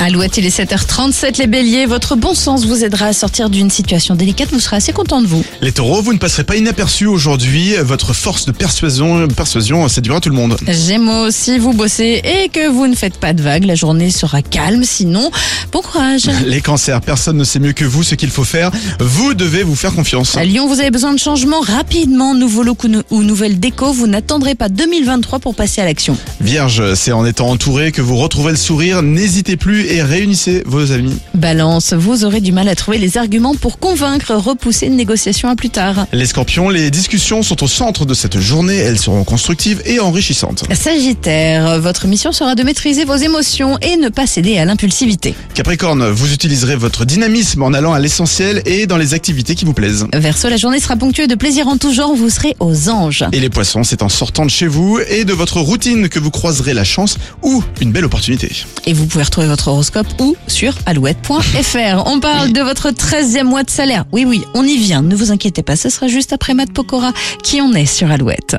Alouette, il est 7h37, les béliers. Votre bon sens vous aidera à sortir d'une situation délicate. Vous serez assez content de vous. Les taureaux, vous ne passerez pas inaperçu aujourd'hui. Votre force de persuasion, persuasion séduira tout le monde. Gémeaux, si vous bossez et que vous ne faites pas de vagues, la journée sera calme. Sinon, bon courage. Les cancers, personne ne sait mieux que vous ce qu'il faut faire. Vous devez vous faire confiance. À Lyon, vous avez besoin de changements rapidement. Nouveau look ou, nou- ou nouvelle déco, vous n'attendrez pas 2023 pour passer à l'action. Vierge, c'est en étant entouré que vous retrouvez le sourire. N'hésitez plus et réunissez vos amis. Balance, vous aurez du mal à trouver les arguments pour convaincre, repousser une négociation à plus tard. Les scorpions, les discussions sont au centre de cette journée. Elles seront constructives et enrichissantes. Sagittaire, votre mission sera de maîtriser vos émotions et ne pas céder à l'impulsivité. Capricorne, vous utiliserez votre dynamisme en allant à l'essentiel et dans les activités qui vous plaisent. Verseau, la journée sera ponctuée de plaisir en tout genre, vous serez aux anges. Et les poissons, c'est en sortant de chez vous et de votre routine que vous croiserez la chance ou une belle opportunité. Et vous pouvez retrouver votre horoscope ou sur alouette.fr. On parle de votre 13e mois de salaire. Oui, oui, on y vient. Ne vous inquiétez pas, ce sera juste après Matt Pokora qui en est sur Alouette.